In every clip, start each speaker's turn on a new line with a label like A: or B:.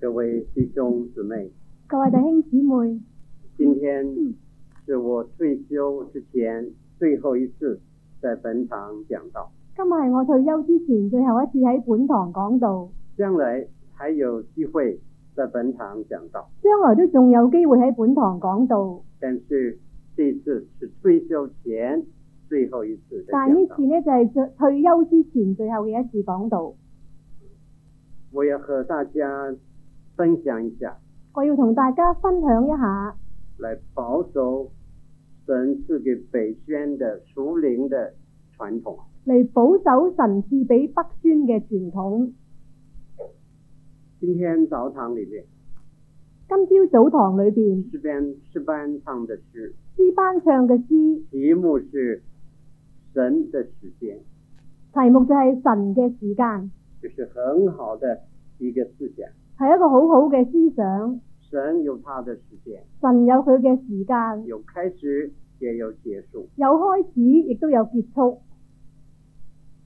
A: 各位弟兄姊妹，
B: 各位弟兄姊妹，
A: 今天是我退休之前最后一次在本堂讲道，
B: 今日係我退休之前最後一次喺本堂講道，
A: 将来还有机会在本堂讲道，
B: 將來都仲有機會喺本堂講道，
A: 但是这次是退休前最后一次在
B: 但
A: 讲
B: 係呢
A: 道
B: 次。呢，就係最退休之前最後嘅一次講道。
A: 我要和大家分享一下，
B: 我要同大家分享一下
A: 来保守神赐给北宣的属灵的传统。
B: 嚟保守神賜俾北宣嘅傳統。
A: 今天早堂里面，
B: 今朝早堂裏邊，
A: 诗班诗班唱的诗，
B: 詩班唱嘅詩
A: 题目是“神的时间
B: 題目就係神嘅時間，”，
A: 就是很好的一个思想。
B: 係一個好好嘅思想。
A: 神有他的时间，
B: 神有佢嘅時間，
A: 有开始也有结束。
B: 有開始亦都有結束。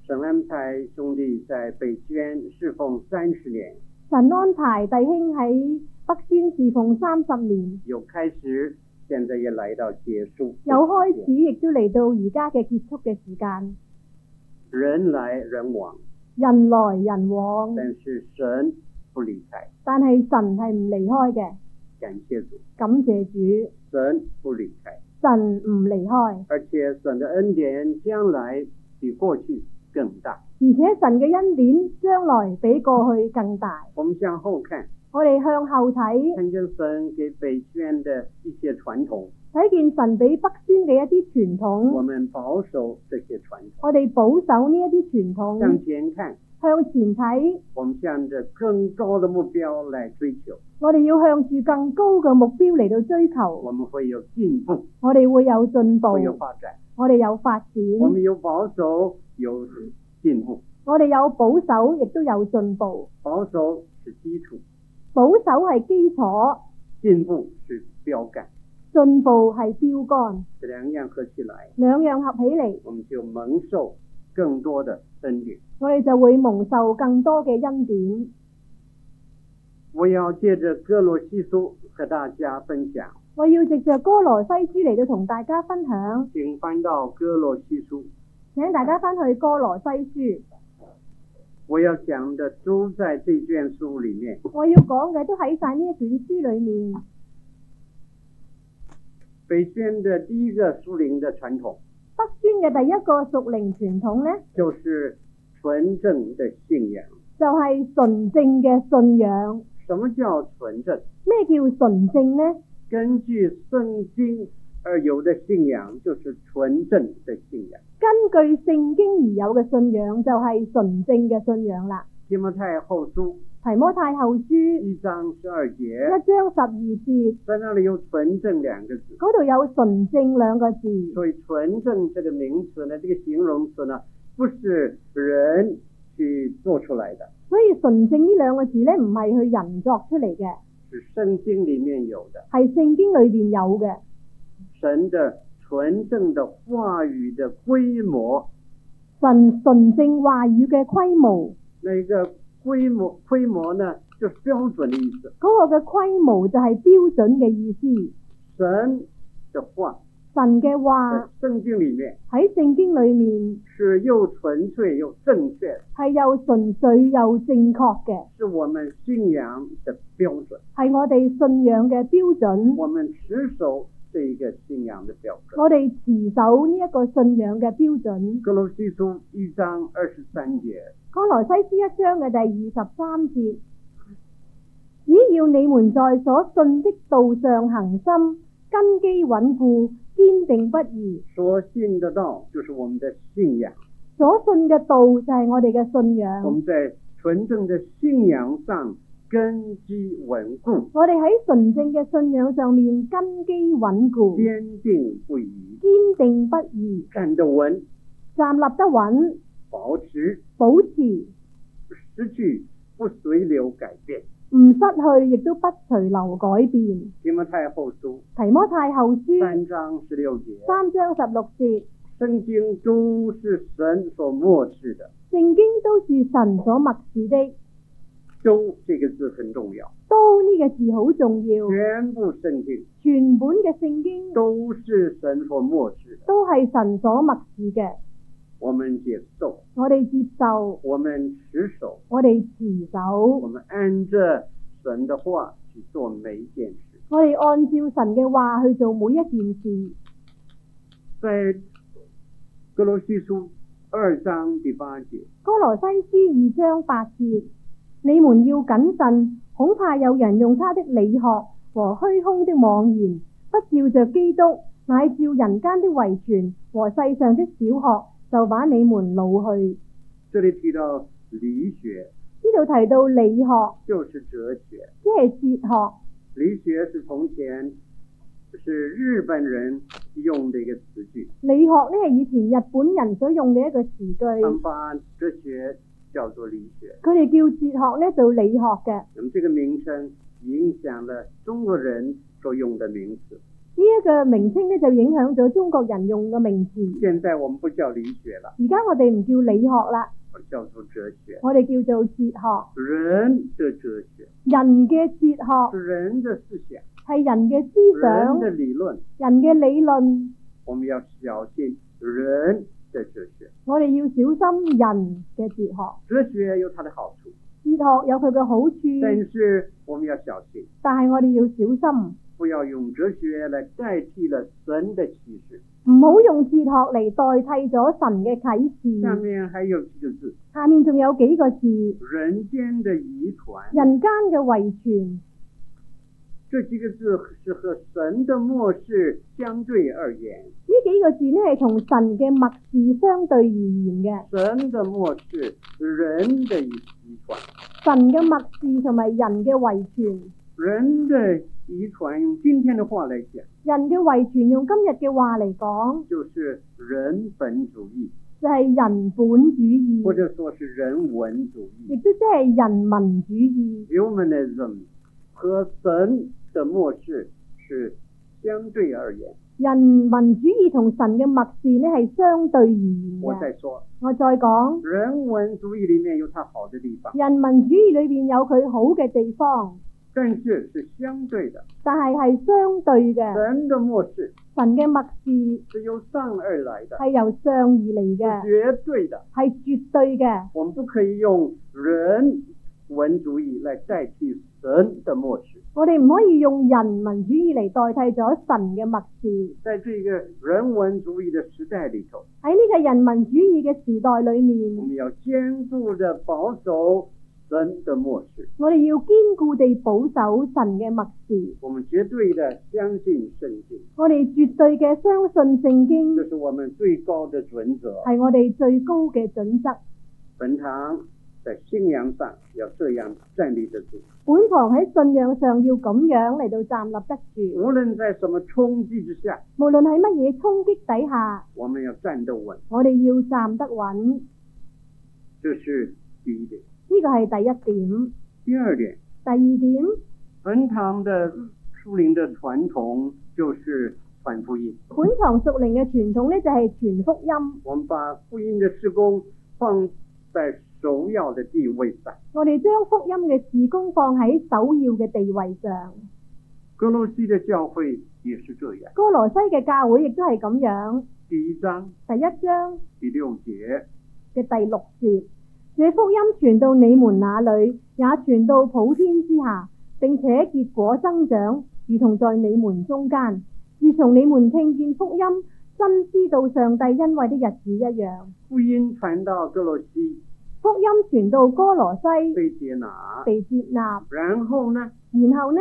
A: 沈安排兄弟在北宣侍奉三十年，
B: 神安排弟兄喺北宣侍奉三十年，
A: 有开始，现在也来到结束。
B: 有開始，亦都嚟到而家嘅結束嘅時間。
A: 人来人往，
B: 人來人往，
A: 但是神不离开，
B: 但係神係唔離開嘅，
A: 感谢主，
B: 感謝主，
A: 神不离开，
B: 神唔離開，
A: 而且神的恩典将来比过去更大。
B: 而且神嘅恩典將來比過去更大。
A: 我们向后看，
B: 我哋向後睇，
A: 看见神给北宣的一些传统，
B: 睇見神俾北宣嘅一啲傳
A: 我
B: 統，
A: 们保守这些传统。
B: 我哋保守呢一啲傳
A: 向
B: 統，
A: 前看，
B: 向前睇，
A: 我们向着更高的目标来追求，
B: 我哋要向住更高嘅目標嚟到追
A: 我
B: 求，
A: 们会有进步，
B: 我哋會有進步
A: 会。有发展。
B: 我哋有發展，
A: 我们有保守，有进步。
B: 我哋有保守，亦都有進步。
A: 保守是基础，
B: 保守係基礎，
A: 进步是标杆，
B: 進步係標杆，
A: 这两样合起来，
B: 兩樣合起嚟，
A: 我们就蒙受更多的恩典。
B: 我哋就會蒙受更多嘅恩典。
A: 我要借着哥罗西书和大家分享，
B: 我要藉着哥羅西書嚟到同大家分享，
A: 请翻到哥罗西书。
B: 請大家翻去哥羅西書。
A: 我要讲的都在这卷书里面。
B: 我要講嘅都喺晒呢一卷書裏面。
A: 北宣的第一个属灵的传统
B: 北宣嘅第一個屬靈傳統呢，
A: 就是纯正的信仰。
B: 就係、純正嘅信仰。
A: 什么叫纯正？
B: 咩叫純正呢？
A: 根据圣经而有的信仰就是纯正的信仰。
B: 根據聖經而有嘅信仰就係純正嘅信仰啦。
A: 提摩太后书
B: 提摩太後書一
A: 一章十二节，
B: 章十二節
A: 在那里有“纯正”两个字，
B: 嗰度有純正兩個字，
A: 所以“纯正”这个名词呢，这个形容词呢，不是人去做出来的，
B: 所以純正呢兩個字呢，唔係佢人作出嚟嘅，
A: 是圣经里面有的，
B: 係聖經裏邊有嘅。
A: 神的纯正的话语的规模，
B: 神純正話語嘅規模，
A: 那一个规模规模呢，就是标准的意思，
B: 嗰、個嘅規模就係標準嘅意思。
A: 神的话。
B: 神嘅
A: 在
B: 話
A: 圣经里面
B: 喺聖經裏面
A: 是又纯粹又正确，
B: 係又純粹又正確嘅，
A: 是我们信仰的标准。
B: 係我哋信仰嘅標準。
A: 我们持守这一个信仰的标准。
B: 我哋持守呢一個信仰嘅標準。
A: 格罗西书一章二十三节，
B: 哥羅西書一章嘅第二十三節，只要你們在所信的道上恒心，根基穩固，堅定不移。
A: 所信的道就是我们的信仰。
B: 所信嘅道就係我哋嘅信仰
A: 我。们在纯正的信仰上根基稳固，
B: 我哋喺純正嘅信仰上面根基穩固，
A: 坚定不移，
B: 堅定不移，
A: 站得稳，
B: 站立得穩，
A: 保持，
B: 保持
A: 失去不随流改变。
B: 唔失去，亦都不隨流改變。
A: 提摩太后书
B: 提摩太後書
A: 三章十六节，
B: 三章十六節。
A: 圣经都是神所漠视的，
B: 圣经都是神所默示的，
A: 都这个字很重要，
B: 都呢個字好重要，
A: 全部圣经
B: 全本嘅聖經
A: 都是神所漠视的，
B: 都係神所默示嘅，
A: 我们接受，
B: 我哋接受，
A: 我们持守，
B: 我哋持
A: 我
B: 守，
A: 们按着神的话去做每一件事。
B: 我哋按照神嘅話去做每一件事。
A: 在格罗西书二章第八节，
B: 哥羅西書二章八節：你們要謹慎，恐怕有人用他的理學和虛空的妄言，不照着基督，乃照人間的遺傳和世上的小學，就把你們擄去。
A: 这里提到理学
B: 呢度提到理學，
A: 就是哲学，
B: 即係哲學。
A: 理学是从前是日本人用的一个词句，
B: 理學呢係以前日本人所用嘅一個詞
A: 他们
B: 句，
A: 把哲学叫做理学。
B: 佢哋叫哲學呢做理學嘅。
A: 那么这个名称影响了中国人所用的名词。
B: 呢、一個名稱呢就影響咗中國人用嘅名詞。
A: 现在我们不叫理学了，
B: 而家我哋唔叫理學啦，
A: 而叫做哲学。
B: 我哋叫做哲學。
A: 人的哲学
B: 人嘅哲學
A: 是人的思想，
B: 係人嘅思
A: 人、
B: 想
A: 的理论。
B: 人嘅理論，
A: 我们要小心人的哲学。
B: 我哋要小心人嘅哲學。
A: 哲学有它的好处，
B: 哲學有佢嘅好
A: 但
B: 處，
A: 是我们要小心，
B: 但係我哋要小心，
A: 不要用哲学来代替了神的启示。
B: 唔好用哲學嚟代替咗神嘅啟
A: 下
B: 示。
A: 面还有几个字：
B: 下面仲有幾個字：
A: 人间的遗传。
B: 人間嘅遺傳。
A: 这几个字是和神的漠视相对而言。
B: 呢幾個字呢係同神嘅默示相對而言嘅，
A: 神的漠视，人的遗传，
B: 神嘅默示同埋人嘅遺傳。
A: 人的遗传，用今天的话来讲，
B: 人嘅遺傳用今日嘅話嚟講，
A: 就是人本主义，
B: 就係、人本主義。
A: 或者说是人文主义。
B: 亦都即係人民主義。
A: humanism 和神的漠视是相对而言。
B: 人民主義同神嘅默示呢係相對而言
A: 我
B: 嘅。
A: 再说，
B: 我再講，
A: 人文主義里面有它好的地方，
B: 人民主義裏邊有佢好嘅地方，
A: 但是是相对的。
B: 但係係相對嘅。
A: 神的漠视
B: 神嘅默示
A: 是由上而来的，
B: 係由上而嚟嘅，
A: 绝对的。
B: 係絕對嘅。
A: 我们不可以用人文主義来代替神的漠视。
B: 我哋唔可以用人民主義嚟代替咗神嘅默示。
A: 在这个人文主義的时代里头，
B: 喺呢個人民主義嘅時代裏
A: 我
B: 面，
A: 们要坚固的保守神的漠视，
B: 我哋要堅固地保守神嘅默示。
A: 我们绝对的相信圣经。
B: 我哋絕對嘅相信聖經。
A: 这是我们最高的准则。
B: 係我哋最高嘅準則。
A: 本堂在信仰上要这样站立得住，
B: 本堂喺信仰上要咁樣嚟到站立得住，
A: 无论在什么冲击之下，
B: 無論喺乜嘢衝擊底下，
A: 我们要站得稳，
B: 我哋要站得穩。
A: 这是第一点。
B: 呢個係第一點。
A: 第二点，
B: 第二點，
A: 本堂的树林的传统就是传福音，
B: 本堂屬靈嘅傳統呢，就係傳福音。
A: 我们把福音的施工放在首要的地位上。
B: 我哋將福音嘅事工放喺首要嘅地位上。
A: 格罗西的教会也是这样，
B: 哥羅西嘅教會亦都係咁樣。
A: 第一章
B: 第一章
A: 第六节，
B: 嘅第六節，這福音傳到你們那裏，也傳到普天之下，並且結果增長，如同在你們中間。自從你們聽見福音，真知道上帝恩惠的日子一樣，
A: 福音传到格罗西
B: 福音傳到哥羅西
A: 被接纳，
B: 被接納，
A: 然后呢？
B: 然後呢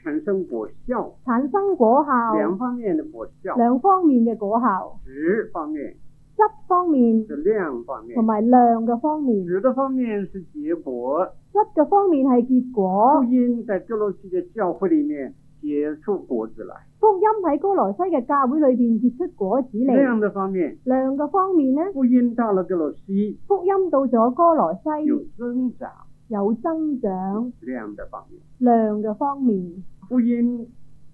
A: 产生果效，
B: 產生果
A: 两
B: 效，
A: 方面的果效，
B: 兩方面嘅果效，
A: 值方面
B: 質方面
A: 是量方面
B: 同，埋量嘅方面，
A: 值的方面是结果。
B: 質嘅方面係結
A: 福
B: 果，
A: 音在哥罗西的教会里面结出果子来，
B: 福音喺哥羅西嘅教會裏邊結出果子嚟。
A: 量的方面，
B: 量嘅方面呢，
A: 福音到了哥罗西
B: 福音到咗哥羅
A: 有
B: 西
A: 增长，
B: 有增長，
A: 量的方面，
B: 量嘅方面，
A: 福音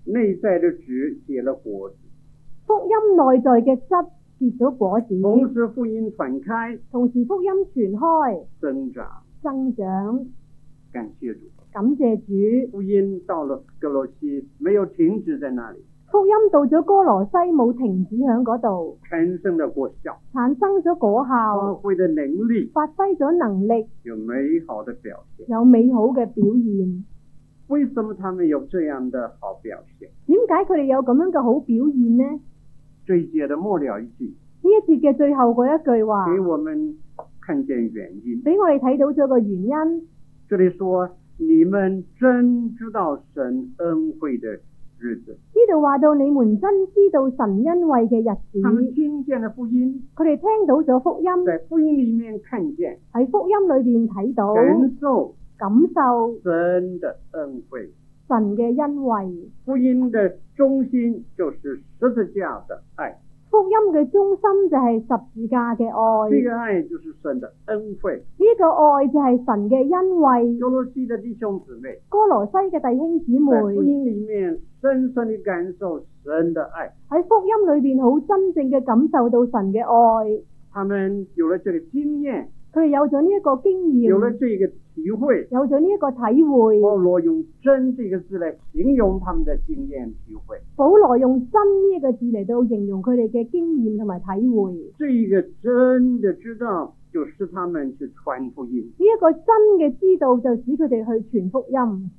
A: 内在的值结了果子，
B: 福音內在嘅質結咗果子，
A: 同时福音传开
B: 同時福音傳開
A: 增长。
B: 增長。
A: 感谢主，
B: 感謝主。
A: 福音到了格罗西没有停止在那里，
B: 福音到咗哥羅西冇停止喺嗰度，
A: 产生了果效，
B: 產生咗果
A: 发
B: 效，
A: 挥的能力
B: 發揮咗能力，
A: 有美好的表现。
B: 有美好嘅表現。
A: 为什么他们有这样的好表现？
B: 點解佢哋有咁樣嘅好表現呢？
A: 这一节的末了一句，
B: 呢一節嘅最後嗰一句話，
A: 给我们看见原因。
B: 俾我哋睇到咗個原因。
A: 这里说，你们真知道神恩惠的日子。
B: 呢度話到你們真知道神恩惠嘅日子，
A: 他们
B: 佢
A: 听见了福音，
B: 哋聽到咗福音，
A: 在福音里面看见、
B: 喺福音裏邊睇到
A: 感受
B: 感受
A: 神的恩惠。
B: 神嘅恩惠。
A: 福音的中心就是十字架的爱，
B: 福音嘅中心就係十字架嘅愛，
A: 这
B: 呢、
A: 个爱就是神的恩惠。
B: 個愛就係神嘅恩惠。
A: 尤罗西的弟兄姊妹
B: 哥羅西嘅弟兄姊妹
A: 在福音里面深深的感受神的爱，
B: 喺福音裏邊好真正嘅感受到神嘅愛，
A: 他们有了这个经验，
B: 佢哋有咗呢一個經
A: 有了
B: 驗，
A: 这个体会。
B: 有咗呢一個體會。
A: 保罗用“真”这个字来形容他们的经验体会。
B: 保羅用真呢一個字嚟到形容佢哋嘅經驗同埋體會。呢、
A: 这一个真的知道，就使他们去传福音。
B: 一個真嘅知道就使佢哋去傳福音，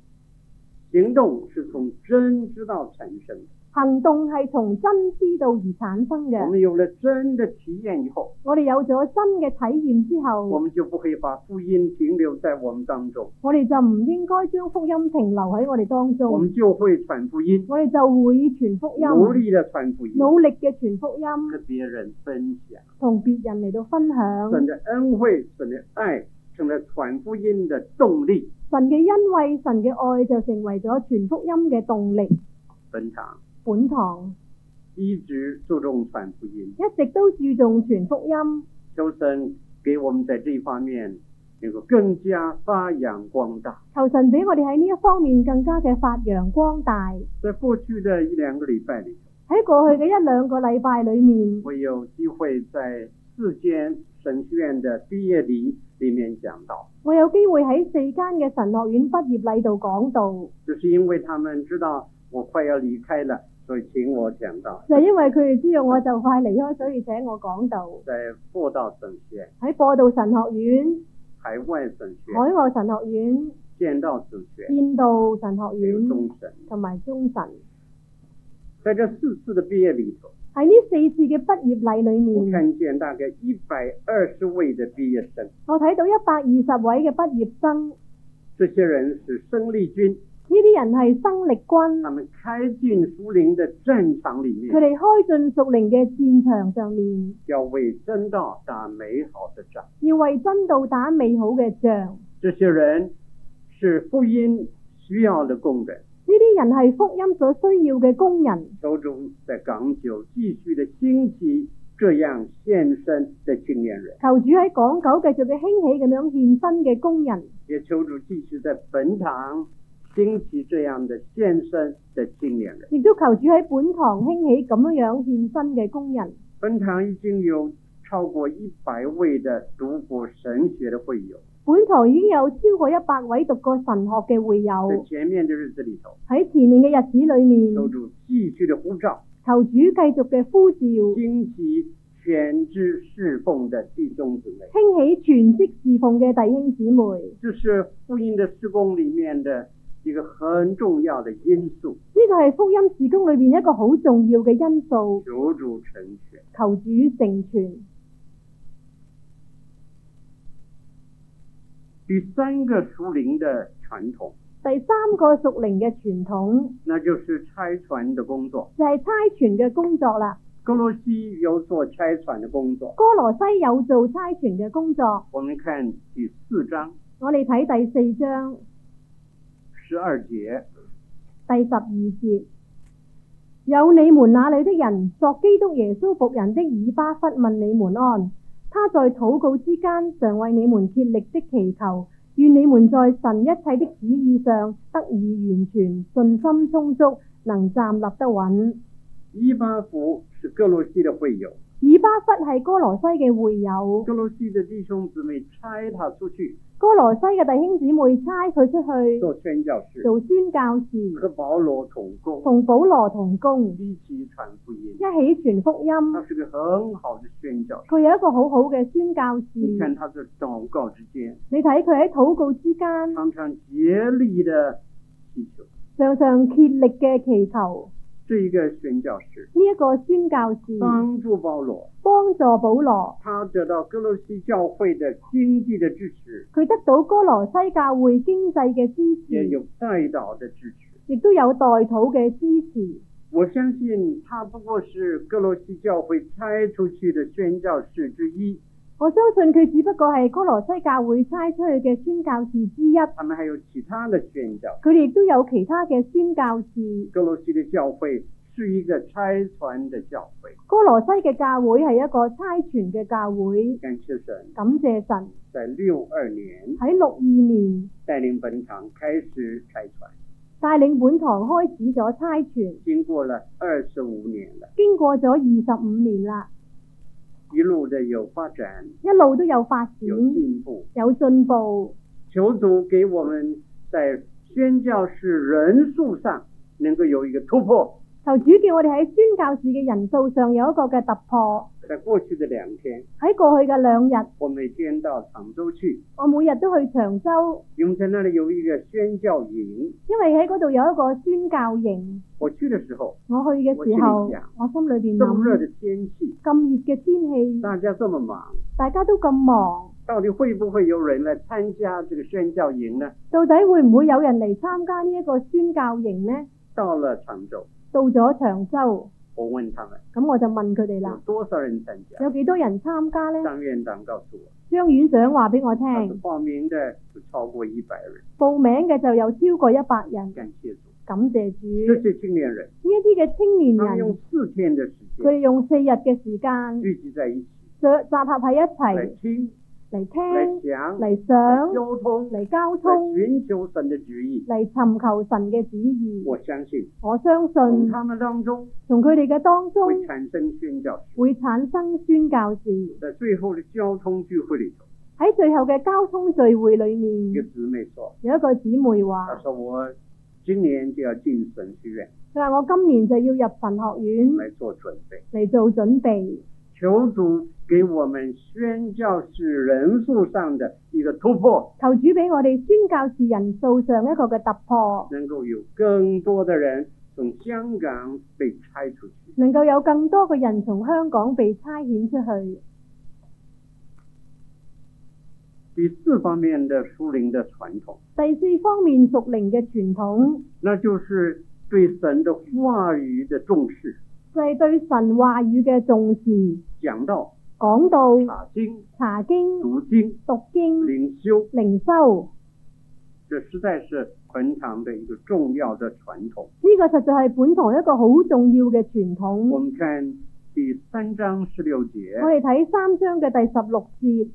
A: 行动是从真知道产生的。
B: 行動係從真知道而產生
A: 我
B: 嘅。
A: 们有了真的體驗以後，
B: 我哋有咗真嘅體驗之
A: 我
B: 後，
A: 们就不会把福音停留在我们当中，
B: 我哋就唔應該將福音停留喺我哋當
A: 我
B: 中，
A: 们就会传福音，
B: 我哋就會傳福
A: 努
B: 音，
A: 力的传福音，
B: 努力嘅傳福音。
A: 跟别人分享。
B: 同別人嚟到分享，
A: 神的恩惠，神的爱，成了传福音的动力。
B: 神嘅恩惠、神嘅愛就成為咗傳福音嘅動力。
A: 本堂
B: 本堂
A: 一直注重传福音。
B: 一直都注重傳福音，
A: 求神给我们在这一方面能够更加发扬光大。
B: 求神俾我哋喺呢一方面更加嘅發揚光大。
A: 在过去的一兩個禮拜里，
B: 喺過去嘅一兩個禮拜裏面，
A: 我有機會在四間神學院的畢業禮里面講到，
B: 我有機會喺四間嘅神學院畢業禮度講道，
A: 就是因為他們知道我快要離開了，所以請我講到，
B: 就係因為佢哋知道我就快離開，所以請我講道。
A: 在布道神學院、
B: 喺播道神學院、
A: 海外神學
B: 海
A: 院、
B: 外神學院、
A: 建道神學院，
B: 建道神學
A: 还有
B: 院
A: 中神，
B: 同埋中神。
A: 在這四次的畢業禮頭，
B: 喺呢四次嘅畢業禮裏
A: 我
B: 面，
A: 看見大概一百二十位的畢業生，
B: 我睇到一百二十位嘅畢業生，呢
A: 這些人是生力軍。
B: 啲人係生力
A: 他
B: 軍，
A: 们开进福林的战场里
B: 佢
A: 面，
B: 哋開進屬靈嘅戰場上面，
A: 要为真道打美好的仗。
B: 要為真道打美好嘅仗。
A: 这些人是福音需要的工人。
B: 呢啲人係福音所需要嘅工人，
A: 求主在港九继续的兴起这样献身的青年人，
B: 求主喺港九繼續嘅興起咁樣獻身嘅工人，
A: 也求主继续在本堂兴起这样的献身的青年人。
B: 亦都求主喺本堂興起咁樣樣獻身嘅工人。
A: 本堂已经有超过一百位的读过神学的会友，
B: 本堂已經有超過一百位讀過神學嘅會友，
A: 在前面的日子里头，
B: 喺前面嘅日子裏面，
A: 求主继续的呼召。
B: 求主繼續嘅呼召。
A: 兴起全知侍奉的弟兄姊妹，
B: 興起全職侍奉嘅弟兄姊妹，
A: 这是福音的施工里面的一个很重要的因素。
B: 呢個係福音事工裏邊一個好重要嘅因素。
A: 求主成全。
B: 求主成全。
A: 第三个属灵的传统，
B: 第三個屬靈嘅傳統
A: 那就是拆船的工作。
B: 就係差傳嘅工作啦。
A: 格罗西有做拆船的工作，
B: 哥羅西有做差傳嘅工作，
A: 我们看第四章
B: 我哋睇第四章
A: 十二节，
B: 第十二節。有你們那裏的人作基督耶穌仆人的以巴弗問你們安，他在禱告之間常為你們竭力的祈求，願你們在神一切的旨意上得以完全，信心充足，能站立得穩。
A: 伊巴弗是格罗西的会友，
B: 以巴弗係哥羅西嘅會友，
A: 哥罗西的弟兄姊妹差他出去
B: 哥羅西嘅弟兄姊妹差佢出去
A: 做宣教士，
B: 做宣教士，
A: 和保罗同工，
B: 同保羅同工，
A: 一起传福音
B: 一起。傳福音。
A: 他是个很好的宣教士。
B: 佢有一個好好嘅宣教士，
A: 你看他在祷告之间，
B: 你睇佢喺禱告之間，
A: 常常竭力的祈求。
B: 常常竭力嘅祈求。
A: 这一个宣教士
B: 呢、一個宣教士
A: 帮助保罗，
B: 幫助保羅，
A: 他得到哥罗西教会的经济的支持，
B: 佢得到哥羅西教會經濟嘅支
A: 也
B: 持，
A: 有代祷的支持。
B: 亦都有代禱嘅支持。
A: 我相信他不过是哥罗西教会拆出去的宣教士之一，
B: 我相信佢只不過係哥羅西教會差出去嘅宣教士之一，
A: 他们还有其他的宣教。
B: 佢哋亦都有其他嘅宣教士。
A: 哥罗西的教会是一个拆船的教会，
B: 哥羅西嘅教會係一個差傳嘅教會，
A: 感谢神，
B: 感謝神
A: 在六二年
B: 喺六二年
A: 带领本堂开始拆船，
B: 帶領本堂開始咗差傳，
A: 经过了二十五年了，
B: 經過咗二十五年啦，
A: 一路的有发展，
B: 一路都有發展，
A: 有进步。
B: 有進步。
A: 求主给我们在宣教士人数上能够有一个突破。
B: 求主叫我哋喺宣教士嘅人數上有一個嘅突破。
A: 在过去的两天，
B: 喺過去嘅兩日，
A: 我每天到常州去，
B: 我每日都去長洲，
A: 因为在那里有一个宣教营。
B: 因為喺嗰度有一個宣教營。
A: 我去的时候，
B: 我去嘅時候，我心裏邊
A: 这么热
B: 諗
A: 的天气，
B: 咁熱嘅天氣，
A: 大家这么忙，
B: 大家都咁忙，
A: 到底会不会有人来参加这个宣教营呢？
B: 到底會唔會有人嚟參加呢一個宣教營呢？
A: 到了常州，
B: 到咗長洲，
A: 我问他们
B: 咁我就問佢哋
A: 有
B: 啦，
A: 多少人参加。
B: 有幾多人參加呢？
A: 张院长告诉我，
B: 張院長話俾我
A: 他是
B: 聽，
A: 报名的有超过一百人，
B: 報名嘅就有超過一百人，
A: 感谢主。
B: 感謝主。
A: 这
B: 呢
A: 些青年人，
B: 一啲嘅青年
A: 他们
B: 人
A: 用，四天的时
B: 佢
A: 间
B: 哋用四日嘅時間
A: 聚集在一起，
B: 聚集合喺一
A: 来
B: 齊
A: 听、
B: 嗯嚟
A: 来
B: 聽、
A: 想、来
B: 嚟想、
A: 交通、来
B: 嚟交通、
A: 寻求神的旨意。
B: 嚟尋求神嘅旨意。
A: 我相信，
B: 我相
A: 从
B: 信
A: 他们当中
B: 從佢哋嘅當中
A: 会产生宣教士。
B: 會產生宣教士。
A: 在最后的交通聚会里头，
B: 喺最後嘅交通聚會裏
A: 一个
B: 面，
A: 姊妹说
B: 有一個姊妹：“
A: 她
B: 話：
A: 说我今年就要进神学院
B: 佢話我今年就要入神學院
A: 来做准备，
B: 嚟做準備，
A: 求主给我们宣教士人数上的一个突破，
B: 求主俾我哋宣教士人數上一個嘅突破，
A: 能够有更多的人从香港被拆出去。”
B: 能夠有更多嘅人從香港被差遣出去。
A: 第四方面的属灵的传统，
B: 第四方面，屬靈嘅傳統
A: 那就是对神的话语的重视，
B: 就係、對神話語嘅重視，
A: 讲道、
B: 講到
A: 查经、
B: 查經、
A: 读经、
B: 讀經、
A: 灵修，
B: 靈修。
A: 这实在是很堂的一个重要的传统。
B: 呢個實在係本堂一個好重要嘅傳統。
A: 我们看第三章十六节，
B: 我哋睇三章嘅第十六節，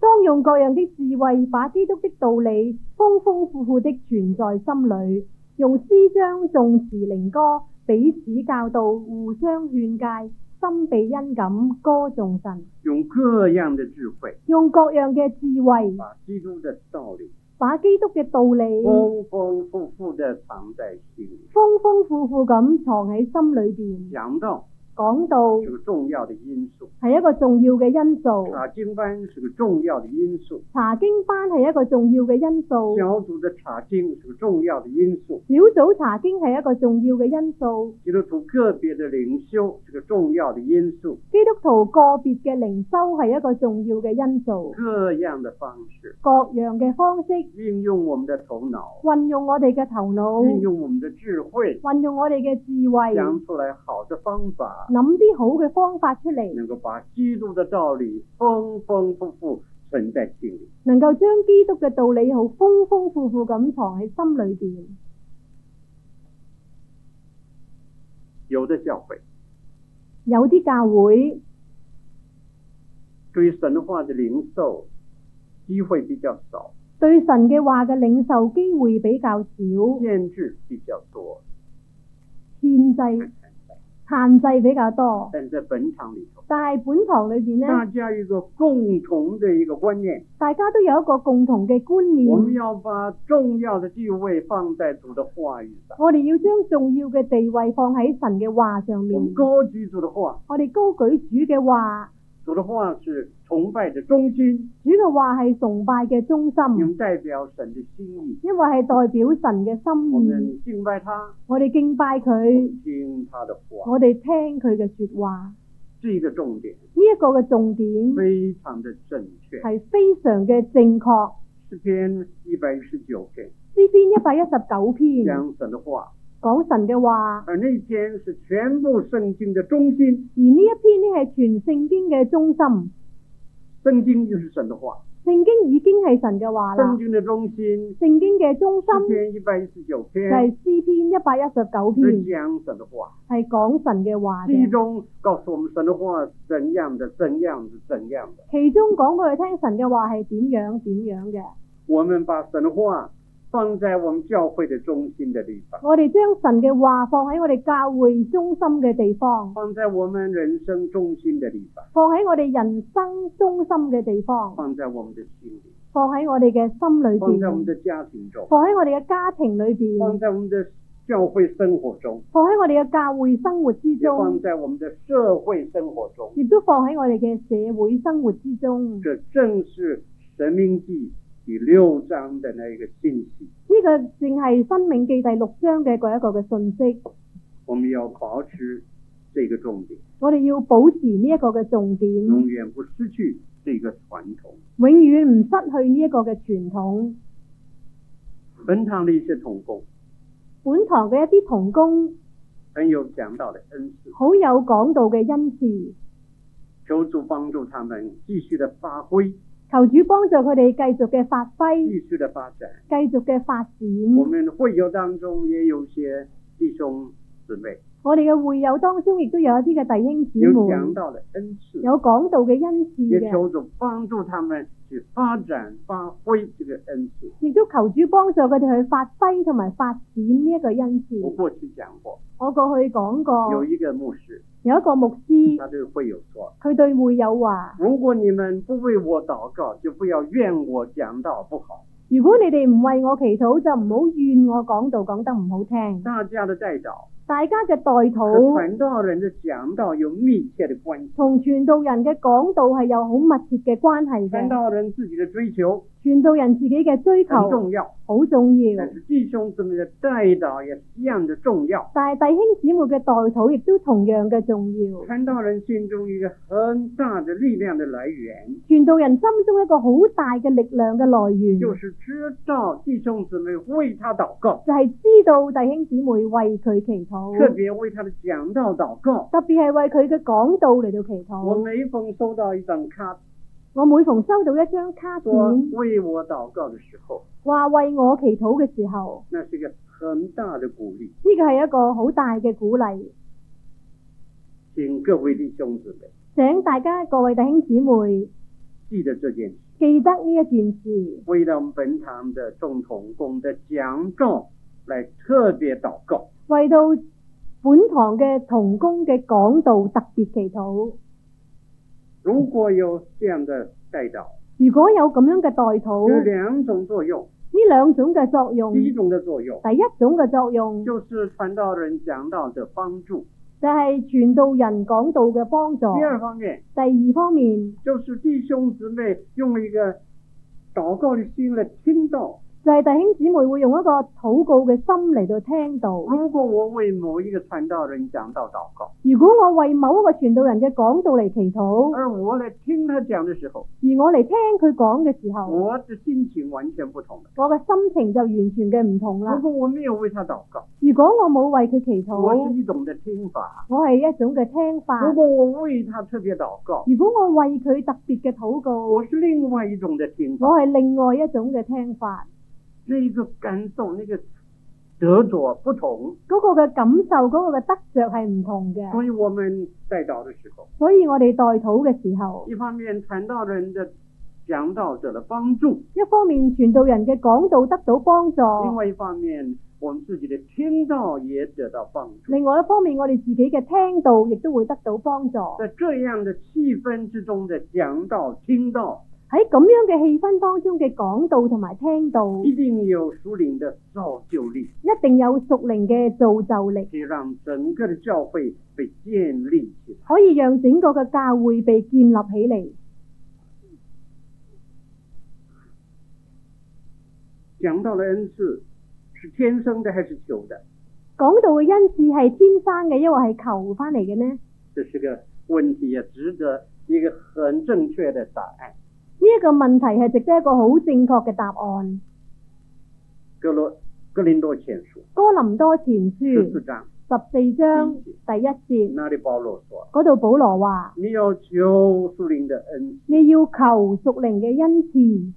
B: 當用各樣的智慧，把基督的道理豐豐富富的存在心裏，用詩章、頌詞、靈歌彼此教導，互相勸戒，心被恩感，歌頌神。
A: 用各样的智慧，
B: 用各樣嘅智慧，
A: 把基督的道理
B: 把基督嘅道理
A: 丰丰富富的藏在心里。
B: 豐豐富富咁藏喺心裏邊。
A: 讲道
B: 講道
A: 是个重要的因素，
B: 係一個重要嘅因素，
A: 查经班是个重要的因素，
B: 查經班係一個重要嘅因素。
A: 小组的查经是个重要的因素。
B: 小組查經係一個重要嘅因素，
A: 基督徒个别的灵修是个重要的因素，
B: 基督徒個別嘅靈修係一個重要嘅因素，
A: 各样的方式
B: 各樣嘅方式
A: 运用我们的头脑，
B: 運用我哋嘅頭
A: 运
B: 腦，
A: 用我们的智慧，
B: 運用我哋嘅智慧，
A: 想出来好的方法，
B: 諗啲好嘅方法出嚟，
A: 能够把基督的道理丰丰富富存在心里。
B: 能夠將基督嘅道理好豐豐富富咁藏喺心裏邊。
A: 有的教会
B: 有啲教會
A: 对神话的灵受机会比较少，
B: 對神嘅話嘅領受機會比較少，
A: 限制比较多。
B: 限制限制比較多，
A: 但在本堂里头，
B: 但係本堂裏邊
A: 大
B: 呢，
A: 家有一个共同的一个观念，
B: 大家都有一個共同嘅觀
A: 我们
B: 念，
A: 要把重要的地位放在主的话语上，
B: 我哋要將重要嘅地位放喺神嘅話上
A: 我们
B: 面，
A: 高举主的话，
B: 我哋高舉主嘅話，
A: 主的话是崇拜的中心，
B: 主嘅話係崇拜嘅中
A: 你
B: 心，
A: 们代表神的心意，
B: 因為係代表神嘅
A: 我
B: 心意，
A: 们敬拜他，
B: 我哋敬拜
A: 我
B: 佢，
A: 们听他的话，
B: 我哋聽佢嘅説話，
A: 这一个重点
B: 呢一個嘅重點。
A: 非常的正确。
B: 係非常嘅正確。
A: 诗篇一百一十九篇
B: 詩篇一百一十九篇
A: 讲神的话，
B: 講神嘅話，
A: 而那篇是全部圣经的中心，
B: 而呢一篇呢係全聖經嘅中心。
A: 圣经就是神的话，
B: 聖經已經係神嘅話啦
A: 圣。经的中心
B: 聖經嘅中
A: 诗
B: 心
A: 篇一百一十九
B: 就
A: 篇
B: 係詩篇一百一十九
A: 是
B: 篇，
A: 讲神的话，
B: 係講神嘅話
A: 其
B: 嘅。
A: 中告诉我们神的话是怎样的，怎样的，怎样的。
B: 其中講俾佢聽神嘅話係點樣點樣嘅。
A: 我们把神的话放在我们教会的中心的地方，
B: 我哋將神嘅話放喺我哋教會中心嘅地方，
A: 放在我们人生中心的地方，
B: 放喺我哋人生中心嘅地方，
A: 放在我们的心里，
B: 放喺我哋嘅心裏
A: 放在我们
B: 邊，
A: 的家庭中，
B: 放喺我哋嘅家庭裏邊
A: 放。在我们的教会生活中，
B: 放喺我哋嘅教會生活之
A: 也放
B: 中，
A: 在我们的社会生活中。
B: 亦都放喺我哋嘅社會生活之中。呢、
A: 这正是《神命记》第六章的那一个信息，
B: 個正係《生命記》第六章嘅嗰一個嘅信息。
A: 我们要保持这个重点。
B: 我哋要保持呢一個嘅重點，
A: 永
B: 永
A: 远不失去这个传统。
B: 遠唔失去呢一個嘅傳統。
A: 本堂的一些童工
B: 本堂嘅一啲童工
A: 很有讲道的恩赐，
B: 好有講道嘅恩賜，
A: 求主帮助他们继续的发挥，
B: 求主幫助佢哋繼續嘅發揮，
A: 继续的发展。
B: 繼續嘅發展。
A: 我们会友当中也有些弟兄姊妹
B: 我哋嘅會友當中亦都有一啲嘅弟兄姊
A: 有讲
B: 妹
A: 道的恩赐，
B: 嗯有講道嘅恩賜
A: 也
B: 嘅。
A: 求主帮助他们去发展发挥这个恩赐。
B: 亦都求主幫助佢哋去發揮同埋發展呢一個恩
A: 我
B: 賜。
A: 过去讲过，
B: 我過去講過，
A: 有一嗯个牧师，
B: 有一個牧師，
A: 他对会友说
B: 佢對會友話：：“
A: 如果你们不为我祷告，就不要怨我讲道不好。
B: 如果你哋唔為我祈禱，就唔好怨我講道講得唔好聽。
A: 大家的代祷
B: 大家嘅代
A: 和
B: 禱
A: 传道人的讲道有密切的关系。
B: 同傳道人嘅講道係有好密切嘅關係
A: 传
B: 嘅。
A: 道人自己的追求
B: 傳道人自己嘅追求
A: 很重要，
B: 好重要
A: 但，是弟兄姊妹的代祷也是一样的重要。
B: 但係弟兄姊妹嘅代禱亦都同樣嘅重要。
A: 传道人心中一个很大的力量的来源，
B: 傳道人心中一個好大嘅力量嘅來源。
A: 就是知道弟兄姊妹为他祷告，
B: 就係知道弟兄姊妹為佢祈
A: 特
B: 禱，
A: 别为他的讲道祷告。
B: 特別係為佢嘅講道嚟到祈
A: 我
B: 禱。
A: 每逢收到一张卡
B: 我每逢收到一張卡片，
A: 说为我祷告的时候，
B: 話為我祈禱嘅時候，
A: 那是一个很大的鼓励。
B: 呢個係一個好大嘅鼓勵。
A: 请各位弟兄姊妹
B: 請大家各位弟兄姊妹
A: 记得这件事。
B: 記得呢一件事，
A: 为了我们本堂的众同工的讲道来特别祷告。
B: 為到本堂嘅童工嘅講道特別祈禱。
A: 如果有这样的代祷，
B: 如果有咁樣嘅代禱，
A: 有
B: 呢
A: 两种作用。
B: 兩種嘅作用，
A: 第一
B: 第
A: 种的作用
B: 一種嘅作用
A: 就是传道人讲道的帮助；
B: 就係傳道人講道嘅幫助。
A: 第二方面
B: 第二方面。
A: 就是弟兄姊妹用一个祷告的心来听到。
B: 就係弟兄姊妹會用一個禱告嘅心嚟到聽到。
A: 如果我为某一个传道人讲道祷告，
B: 如果我為某一個傳道人嘅講道嚟祈禱，而
A: 而我来听他讲的时候，
B: 我嚟聽佢講嘅時候，
A: 我的心情完全不同了。
B: 我嘅心情就完全嘅唔同
A: 如
B: 啦。
A: 果我没有为他祷告，
B: 如果我冇為佢祈
A: 我是
B: 禱，
A: 一种的听法。
B: 我係一種嘅聽法；
A: 如果我为他特别祷告，
B: 如果我為佢特別嘅禱告，
A: 我是另外一种的听
B: 我
A: 法，
B: 係另外一種嘅聽法。
A: 那一个感受，那个得着不同。
B: 嗰、個嘅感受，嗰、個嘅得着係唔同
A: 所
B: 嘅。
A: 以我们代祷的时候，
B: 所以我哋代禱嘅時候，
A: 一方面传道人的讲道者的帮助，
B: 一方面傳道人嘅講道得到幫助，
A: 另外一方面我们自己的听到也得到帮助。
B: 另外一方面，我哋自己嘅聽到亦都會得到幫助。
A: 在这样的气氛之中的讲道、听到，
B: 喺咁樣嘅氣氛當中嘅講道同埋聽到，
A: 一定有属灵的造就力，
B: 一定有屬靈嘅造就力，
A: 可以让整个的教会被建立起来。
B: 可以讓整個嘅教會被建立起嚟。
A: 讲到的恩赐是天生的还是求的？
B: 講道嘅恩賜係天生嘅，抑或係求翻嚟嘅呢？呢、
A: 这是个问题，也值得一个很正确的答案。
B: 一個問題係值得一個好正確嘅答案。
A: 哥罗哥林多前书
B: 哥林多前
A: 十四
B: 書
A: 章，
B: 十四章第一節
A: 那里保罗说
B: 嗰度，保羅話：：“
A: 你要求属灵的恩赐。
B: 你要求屬靈嘅恩賜。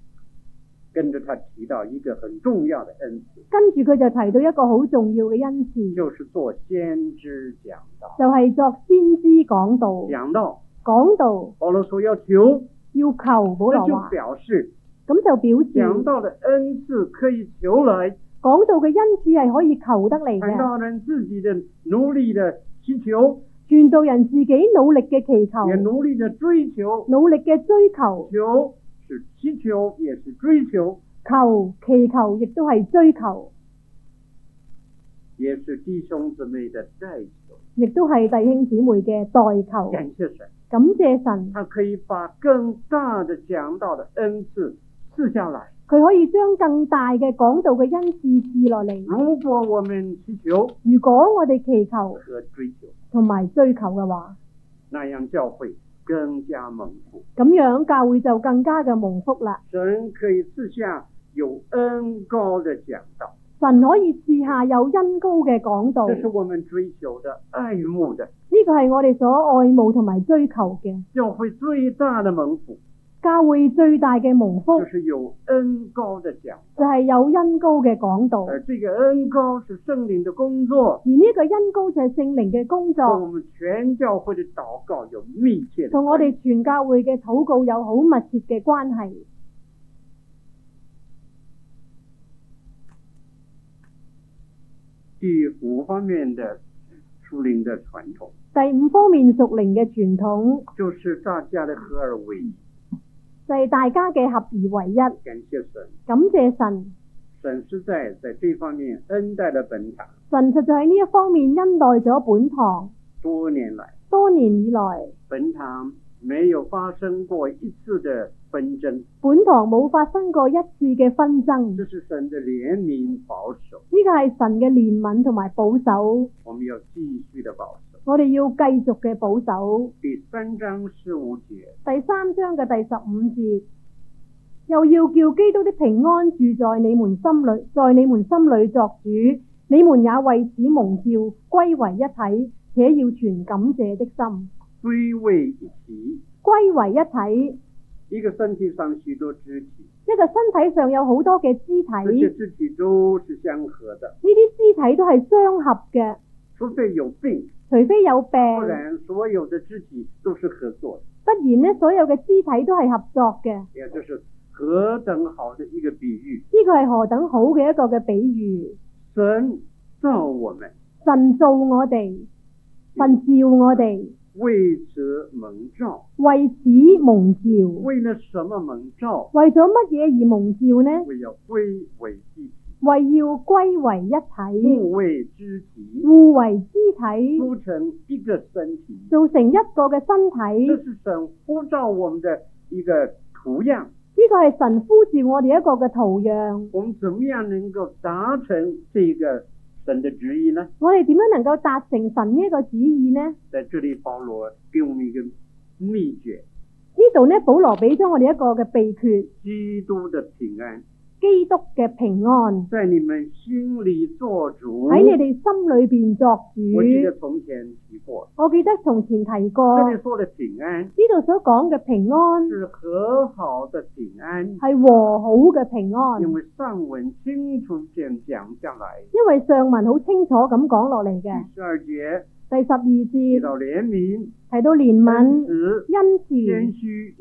A: 跟着他提到一个很重要的恩赐，
B: 跟住佢就提到一個好重要嘅恩賜，
A: 就是做先知讲道。
B: 就係作先知講道。
A: 讲道，
B: 講道
A: 保罗说要求，
B: 要求，保
A: 那
B: 羅
A: 就
B: 話，
A: 表示
B: 咁就表
A: 讲
B: 示
A: 道的恩赐可以求来，
B: 講道嘅恩賜係可以求得嚟
A: 传
B: 嘅，
A: 道人自己的努力的祈求，
B: 傳道人自己努力嘅祈
A: 也
B: 求，
A: 努力的追求。
B: 努力嘅追求，
A: 求是祈求，也是追求，
B: 求祈求亦都係追求，
A: 也是弟兄姊妹的代求。
B: 亦都係弟兄姊妹嘅代求。
A: 感谢神，
B: 感謝神，
A: 他可以把更大的讲道的恩赐赐下来。
B: 佢可以將更大嘅講道嘅恩賜賜落嚟。
A: 如果我们祈求
B: 如果我哋祈求
A: 和追求，
B: 同埋追求嘅話，
A: 那样教会更加蒙福。
B: 咁樣教會就更加嘅蒙福啦。
A: 神可以赐下有恩高的讲道，
B: 神可以賜下有恩高嘅講道，
A: 这
B: 呢
A: 是我们追求的、爱慕的，
B: 個係我哋所愛慕同埋追求嘅。
A: 教会最大的蒙福
B: 教會最大嘅蒙福
A: 就是有恩高的讲。
B: 就係有恩高嘅講道，而
A: 而这个恩高是圣灵的工作，
B: 呢個恩高就係聖靈嘅工
A: 和我
B: 作，
A: 们全教会的祷告有密切的
B: 同我
A: 关系。
B: 哋全教會嘅禱告有好密切嘅關係。
A: 第五方面的属灵的传统，
B: 第五方面屬靈嘅傳統
A: 就是大家的合而为一。
B: 就係、大家嘅合而為一，
A: 感谢神，
B: 感謝神，
A: 神实在在这方面恩待了本堂
B: 神實在喺呢一方面恩待咗本堂
A: 多年来。
B: 多年以來。
A: 本堂没有发生过一次的纷争，
B: 本堂冇發生過一次嘅紛爭，
A: 这是神的怜悯保守，
B: 呢個係神嘅憐憫同埋保守，
A: 我们要继续的保守。
B: 我哋要繼續嘅保守。
A: 第三章十五节，
B: 第三章嘅第十五節，又要叫基督的平安住在你們心裏，在你們心裏作主，你們也為此蒙召歸為一體，且要存感謝的心，
A: 归为一体，
B: 歸為一體。
A: 一个身体上许多肢体，
B: 一個身體上有好多嘅肢體，
A: 这些
B: 呢
A: 肢体都是相合的，
B: 啲肢體都係相合嘅，
A: 除非有病，
B: 除非有病，
A: 不然所有的肢体都是合作的。
B: 不然呢，所有嘅肢體都係合作嘅。
A: 也就是何等好的一个比喻，
B: 呢個係何等好嘅一個嘅比喻。
A: 神造我们，
B: 神造我哋，神召我哋，
A: 为此蒙召，
B: 為此蒙召。
A: 为了什么蒙召？
B: 為咗乜嘢而蒙召呢？
A: 为要归为一体，
B: 為要歸為一體，
A: 互为肢体，
B: 互為肢體，
A: 组成一个身体。
B: 造成一個嘅身
A: 这
B: 體。
A: 是神呼召我们的一个图样。
B: 呢個係神呼召我哋一個嘅圖樣。
A: 我们怎么样能够达成这个神的旨意呢？
B: 我哋點樣能夠達成神呢一個旨意呢？呢
A: 在这里，保罗给我们一个秘诀：
B: 度呢，保羅俾咗我哋一個嘅秘訣：
A: 基督的平安
B: 基督嘅平安
A: 在你们心里做主。
B: 喺你哋心裏邊作
A: 嗯我记得
B: 主。
A: 从前提过，
B: 我記得從前提過。
A: 这里说的平安
B: 呢度所講嘅平安
A: 是和好的平安，
B: 係和好嘅平安，
A: 因为上文清楚这样讲下来。
B: 因為上文好清楚咁講落嚟嘅。
A: 嗯第十二节，
B: 第十二
A: 提
B: 節
A: 到怜悯、
B: 提到憐
A: 仁
B: 憫、
A: 慈、
B: 恩
A: 谦
B: 慈、
A: 虚、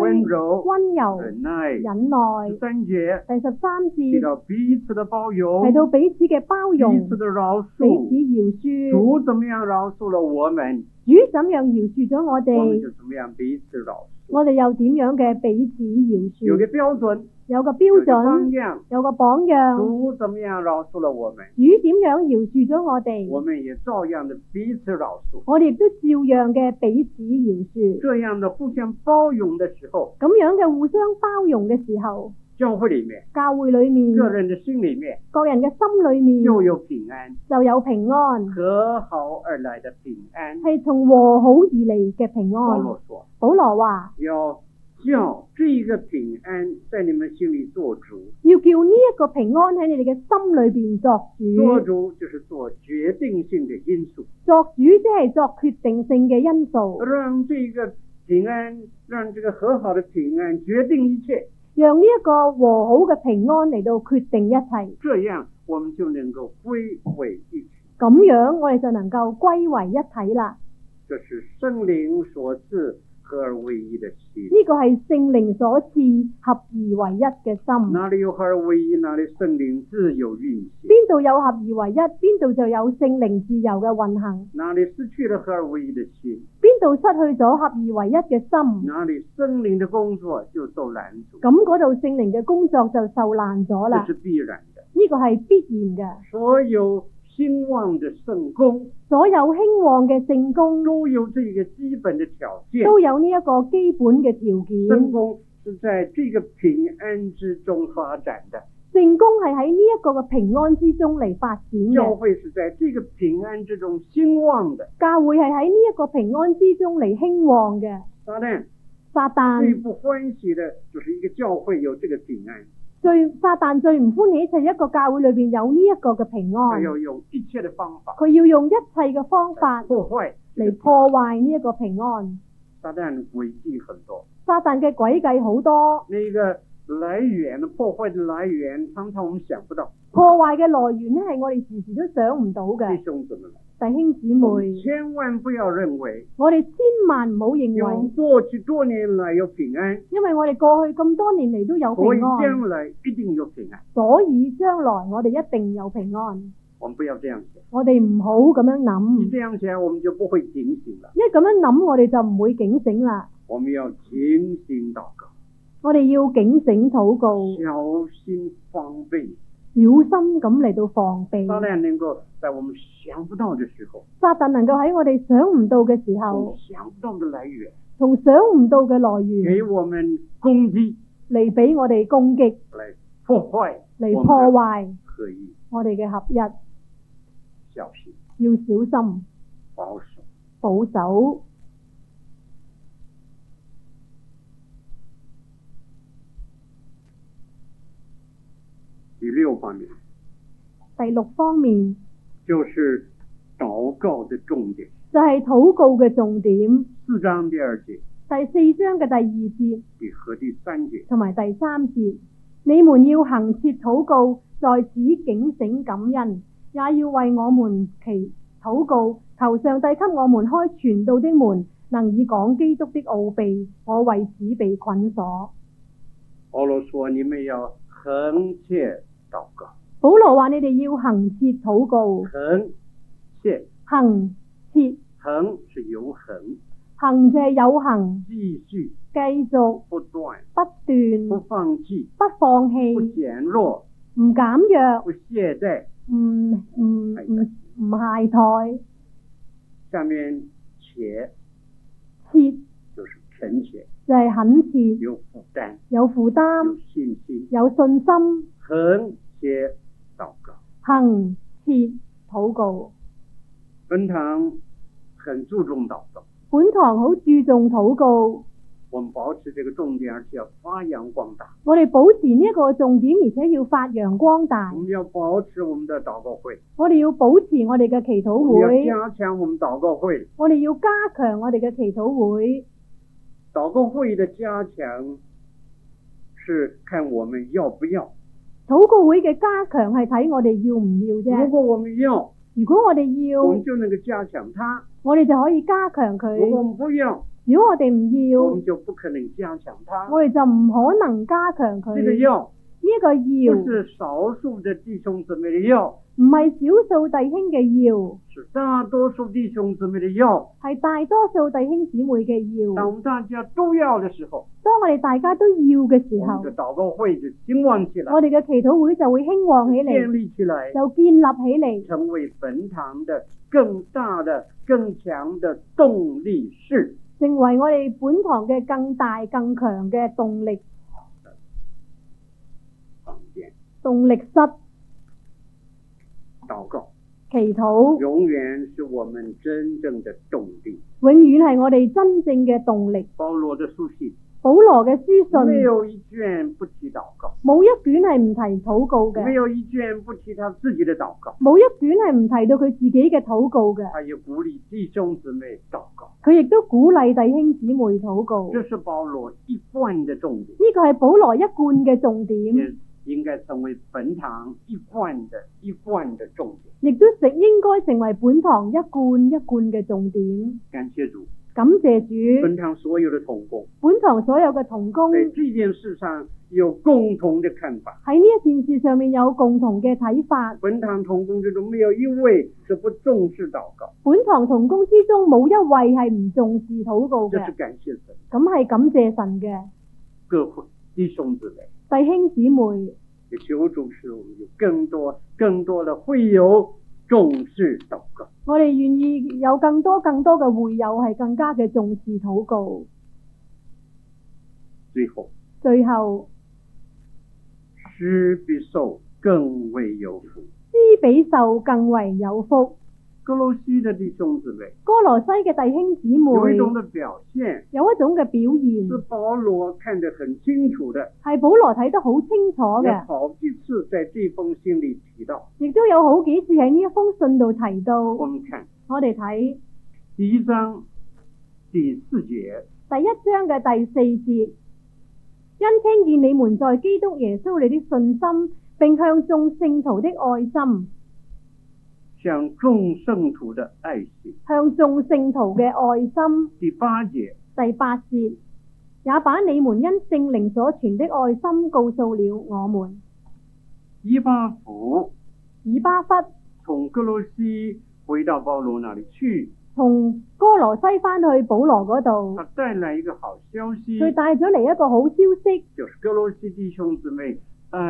A: 温嗯
B: 謙虛、
A: 柔、嗯
B: 温柔、
A: 忍耐。
B: 忍耐。
A: 十三节
B: 第十三
A: 提
B: 節
A: 到彼此的包容
B: 提，到彼此嘅包容
A: 彼此、的饶恕。
B: 彼此饒恕。
A: 主怎么样饶恕了我们，
B: 主怎樣饒恕咗我
A: 我们就
B: 哋，
A: 怎么样彼此饶恕。
B: 我哋又點樣嘅彼此饒
A: 有个
B: 恕？
A: 标准，
B: 有個
A: 有
B: 標
A: 个榜
B: 準，
A: 样。
B: 有個榜樣。
A: 主怎么样饶恕了我们，
B: 主點樣饒恕咗我
A: 我
B: 哋，
A: 们也照样的彼此饶恕。
B: 我哋亦都照樣嘅彼此饒恕。
A: 这样的互相包容的时候，
B: 咁樣嘅互相包容嘅時候，
A: 教会里面、
B: 教會裏面，
A: 个人的心里面
B: 各人嘅心裏面
A: 就有平安，
B: 就有平安，
A: 和好而来的平安。
B: 係從和好而嚟嘅平
A: 保
B: 安。
A: 罗说
B: 保羅話：：“
A: 要叫这一个平安在你们心里做主，
B: 要叫呢一個平安喺你哋嘅心裏邊作
A: 做
B: 主，
A: 主就是做决定性的因素，
B: 作主即係作決定性嘅因素。
A: 让这个平安，让这个和好的平安决定一切，
B: 让呢一个和好嘅平安嚟到决定一切，
A: 这样我们就能够归为一体。
B: 咁样我哋就能够归为一体啦。
A: 这是圣灵所赐合而为一的心。”
B: 呢个系圣灵所赐合而为一嘅心。
A: 哪里有合而为一，哪里圣灵自有运行；
B: 边度有合而为一，边度就有圣灵自由嘅运行。
A: 哪里失去了合而为一的心，
B: 边度失去咗合而为一嘅心，
A: 哪里圣灵的工作就受拦阻，
B: 咁嗰度圣灵嘅工作就受难咗啦
A: 这是。必然的。
B: 呢个系必然嘅。
A: 所有兴旺的圣功
B: 所有兴旺嘅圣功
A: 都有这个基本的条件，
B: 都有呢一个基本嘅条
A: 圣
B: 件。
A: 功是在这个平安之中发展的，
B: 圣功系喺呢一个嘅平安之中嚟发展嘅
A: 教。会是在这个平安之中兴旺的。
B: 教會係喺呢一個平安之中嚟興旺嘅。
A: 撒旦
B: 撒
A: 最
B: 旦
A: 不欢喜的就是一个教会有这个平安，
B: 哦最撒旦最唔歡喜就係一個教會裏邊有呢一個嘅平
A: 他
B: 安，
A: 要用一切的方法
B: 佢要用一切嘅方法
A: 破坏这个
B: 嚟破壞呢一個平安。
A: 撒旦诡计很多。
B: 撒旦嘅詭計好多，
A: 那个来源的破坏的来源，常常我们想不到。
B: 破壞嘅來源呢係我哋時時都想唔到嘅
A: 弟。兄姊妹们，
B: 弟兄姊
A: 我们
B: 妹，
A: 千万不要认为
B: 我哋千萬唔好認
A: 我
B: 為
A: 们，过去多年来有平安，
B: 因為我哋過去咁多年嚟都有
A: 所以
B: 平
A: 将
B: 安，
A: 来一定有平安。
B: 所以將來我哋一定有平安。
A: 我们不要这样想，
B: 我哋唔好咁樣
A: 你
B: 諗。
A: 这样想，我们就不会警醒了。
B: 一咁樣諗，我哋就唔會警醒啦。
A: 我们要警醒祷告，
B: 我哋要警醒禱告，
A: 小心防备。
B: 小心咁嚟到防
A: 撒
B: 備。
A: 旦能够在我们想不到的时候，
B: 撒旦能夠喺我哋想唔到嘅時
A: 我
B: 候
A: 们，想不到的来源，
B: 從想唔到嘅來
A: 给
B: 源
A: 我們攻击，
B: 嚟俾我哋攻擊，
A: 来破坏
B: 嚟
A: 我
B: 破
A: 们的
B: 壞
A: 合一。
B: 我哋嘅合一。
A: 小心
B: 要小心
A: 保守。
B: 保守。
A: 第六方面
B: 第六方面
A: 就是祷告的重点，
B: 就係禱告嘅重點。
A: 四章第二节
B: 第四章嘅第二節
A: 第和第三节，
B: 同埋第三節，你們要行切禱告，在此警醒感恩，也要為我們祈禱告，求上帝給我們開傳道的門，能以講基督的奧秘。我為此被捆鎖。
A: 保罗说：“你们要恒切祷告，
B: 保羅話：你哋要行切禱告，
A: 恒切
B: 行切
A: 恒是由恒，
B: 行就係有行，
A: 继续
B: 繼續
A: 不断，
B: 不
A: 不
B: 斷，
A: 放弃，
B: 不放
A: 不
B: 棄，
A: 减弱，
B: 唔減弱，
A: 不懈怠。
B: 唔唔唔唔懈怠，
A: 下面切
B: 切
A: 就是恳切，
B: 就係懇切。
A: 有负担，
B: 有負擔
A: 有，信心，
B: 有信心，
A: 恒切祷告。
B: 行切禱告。
A: 本堂很注重祷告。”
B: 本堂好注重禱告，
A: 我们保持这个重点，而且要发扬光大。
B: 我哋保持呢一個重點，而且要發揚光大
A: 我。们要保持我们的祷告会，
B: 我哋要保持我哋嘅祈禱
A: 我们
B: 會，
A: 要加强我们祷告会。
B: 我哋要加強我哋嘅祈禱會。
A: 祷告会的加强是看我们要不要。
B: 禱告會嘅加強係睇我哋要唔要
A: 如
B: 啫。
A: 果我们要，
B: 如果我哋要，
A: 我们就能够加强它。
B: 我哋就可以加強佢。
A: 如果我嗯们不要，
B: 如果我哋唔
A: 我
B: 要，
A: 们就不可能加强它。
B: 我哋就唔可能加強佢。
A: 这个要
B: 呢個要
A: 不是少数的弟兄姊妹的要，
B: 唔係少數弟兄嘅要，
A: 是大多数弟兄姊妹的要。
B: 係大多數弟兄姊妹嘅
A: 当我
B: 要。
A: 们大家都要的时候，
B: 當我哋大家都要嘅時
A: 我们
B: 候
A: 的，祷告会就兴旺起来
B: 我，哋嘅祈禱會就會興旺起
A: 建
B: 嚟，
A: 立起来，
B: 就建立起嚟，
A: 成为本堂的更大的、更强的动力式。
B: 成為我哋本堂嘅更大、更強嘅動力
A: 房间
B: 動力室。
A: 祷告，
B: 祈禱
A: 永远是我们真正的动力。
B: 永遠係我哋真正嘅動力。
A: 保罗的书信
B: 保羅嘅書
A: 没
B: 信
A: 有一卷不提祷告，
B: 冇一卷係唔提禱告
A: 没
B: 嘅，
A: 有一卷不提他自己的祷告。
B: 冇一卷係唔提到佢自己嘅禱告嘅。
A: 他也鼓励弟兄姊妹祷告，
B: 佢亦都鼓勵弟兄姊妹禱告。
A: 这是保罗一贯的重点，
B: 呢個係保羅一貫嘅重點，
A: 也应该成为本堂一贯的、一贯的重点。
B: 亦都成應該成為本堂一貫一貫嘅重點。
A: 感谢主，
B: 感謝主，
A: 本堂所有的同工
B: 本堂所有嘅同工
A: 在
B: 喺
A: 这件事上有共同的看法。
B: 呢一件事上面有共同嘅睇法。
A: 本堂同工之中没有一位是不重视祷告，
B: 本堂同工之中冇一位係唔重視禱告
A: 这是
B: 嘅，
A: 感谢神。
B: 咁係感謝神嘅
A: 各位弟兄姊妹，
B: 弟兄姊妹。
A: 也求主使我们有更多、更多的会友重视祷告。
B: 我哋願意有更多更多嘅會友係更加嘅重視禱告。
A: 最后，
B: 最後，
A: 施比受更为有福。
B: 施比受更為有福。
A: 格罗西的弟兄姊妹，
B: 哥羅西嘅弟兄姊
A: 有一
B: 妹
A: 种。的表现
B: 有一種嘅表
A: 是
B: 現
A: 保羅看得很清楚的，
B: 係保羅睇得好清楚
A: 有
B: 嘅，
A: 好几次在这封信里提到。
B: 亦都有好幾次喺呢一封信度提到。
A: 我
B: 我
A: 们看
B: 哋睇
A: 第一章第四节，
B: 第一章嘅第四節，因聽見你們在基督耶穌裏的信心，並向眾聖徒的愛心，
A: 向众圣徒的爱心。
B: 向眾聖徒嘅愛心。
A: 第八节，
B: 第八節，也把你們因聖靈所存的愛心告訴了我們。
A: 伊巴弗
B: 以巴弗
A: 从格罗西回到保罗那里去，
B: 同哥羅西翻去保羅嗰度
A: 他，带来一个好消息，
B: 佢帶咗嚟一個好消息。
A: 就是格罗西弟兄姊妹爱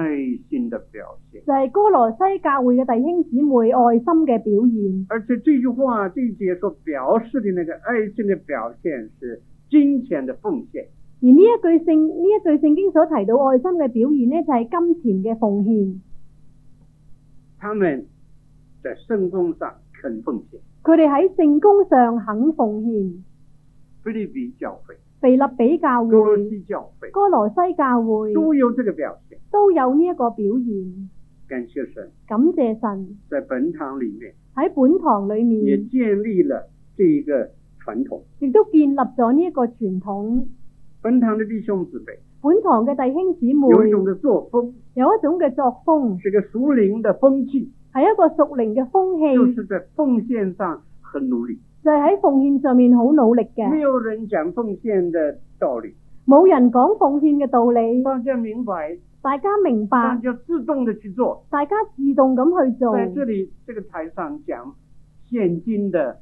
A: 心的表现。
B: 就係哥羅西教會嘅弟兄姊妹愛心嘅表現。
A: 而且这句话这一节所表示的那个爱心的表现是金钱的奉献，
B: 而呢一句聖呢一句聖經所提到愛心嘅表現呢，就係、金錢嘅奉獻。
A: 他们在圣功上肯奉献。
B: 佢哋喺聖功上肯奉獻。
A: 菲律宾教会、
B: 腓立比教
A: 格罗
B: 會、
A: 西教会
B: 哥羅西教會
A: 都有这个表现。
B: 都有呢一個表現。
A: 感谢神，
B: 感謝神
A: 在本堂里面
B: 喺本堂裏
A: 也
B: 面，
A: 建立了这一个传统。
B: 亦都建立咗呢一個傳統。
A: 本堂的弟兄姊妹
B: 本堂嘅弟兄姊
A: 有一种
B: 妹
A: 的作风，
B: 有一種嘅作風，
A: 是个熟龄的风气，
B: 係一個屬靈嘅
A: 就
B: 風氣，
A: 是在奉獻上很努力，
B: 就係、喺奉獻上面好努力嘅
A: 没。有人讲奉獻的道理，
B: 冇人講奉獻嘅道理，
A: 大家明白，
B: 大家明
A: 大
B: 白，
A: 家自动的去做。
B: 大家自動咁去做。
A: 在这里这个台上讲现金的